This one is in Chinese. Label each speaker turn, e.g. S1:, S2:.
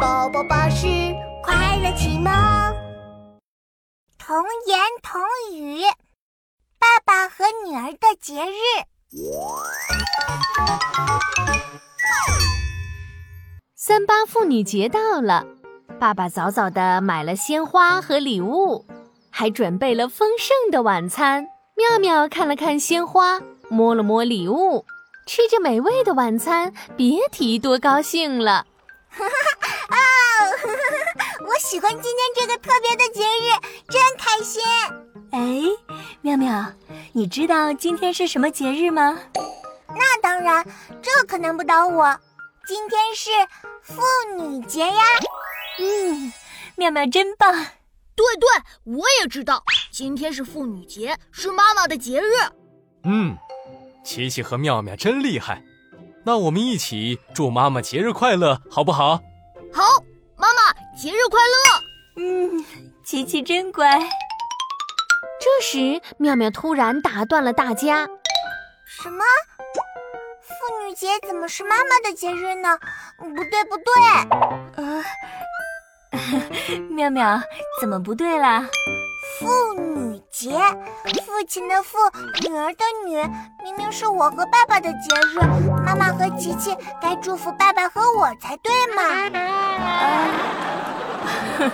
S1: 宝宝巴士快乐启蒙，
S2: 童言童语，爸爸和女儿的节日。
S3: 三八妇女节到了，爸爸早早的买了鲜花和礼物，还准备了丰盛的晚餐。妙妙看了看鲜花，摸了摸礼物，吃着美味的晚餐，别提多高兴了。
S2: 哦，我喜欢今天这个特别的节日，真开心。
S4: 哎，妙妙，你知道今天是什么节日吗？
S2: 那当然，这可难不倒我。今天是妇女节呀。
S4: 嗯，妙妙真棒。
S5: 对对，我也知道，今天是妇女节，是妈妈的节日。
S6: 嗯，琪琪和妙妙真厉害。那我们一起祝妈妈节日快乐，好不好？
S5: 好，妈妈节日快乐！
S4: 嗯，琪琪真乖。
S3: 这时，妙妙突然打断了大家：“
S2: 什么？妇女节怎么是妈妈的节日呢？不对，不
S4: 对！呃， 妙妙，怎么不对啦？
S2: 妇女节，父亲的父，女儿的女，明明是我和爸爸的节日，妈妈和琪琪该祝福爸爸和我才对嘛。
S4: 呃”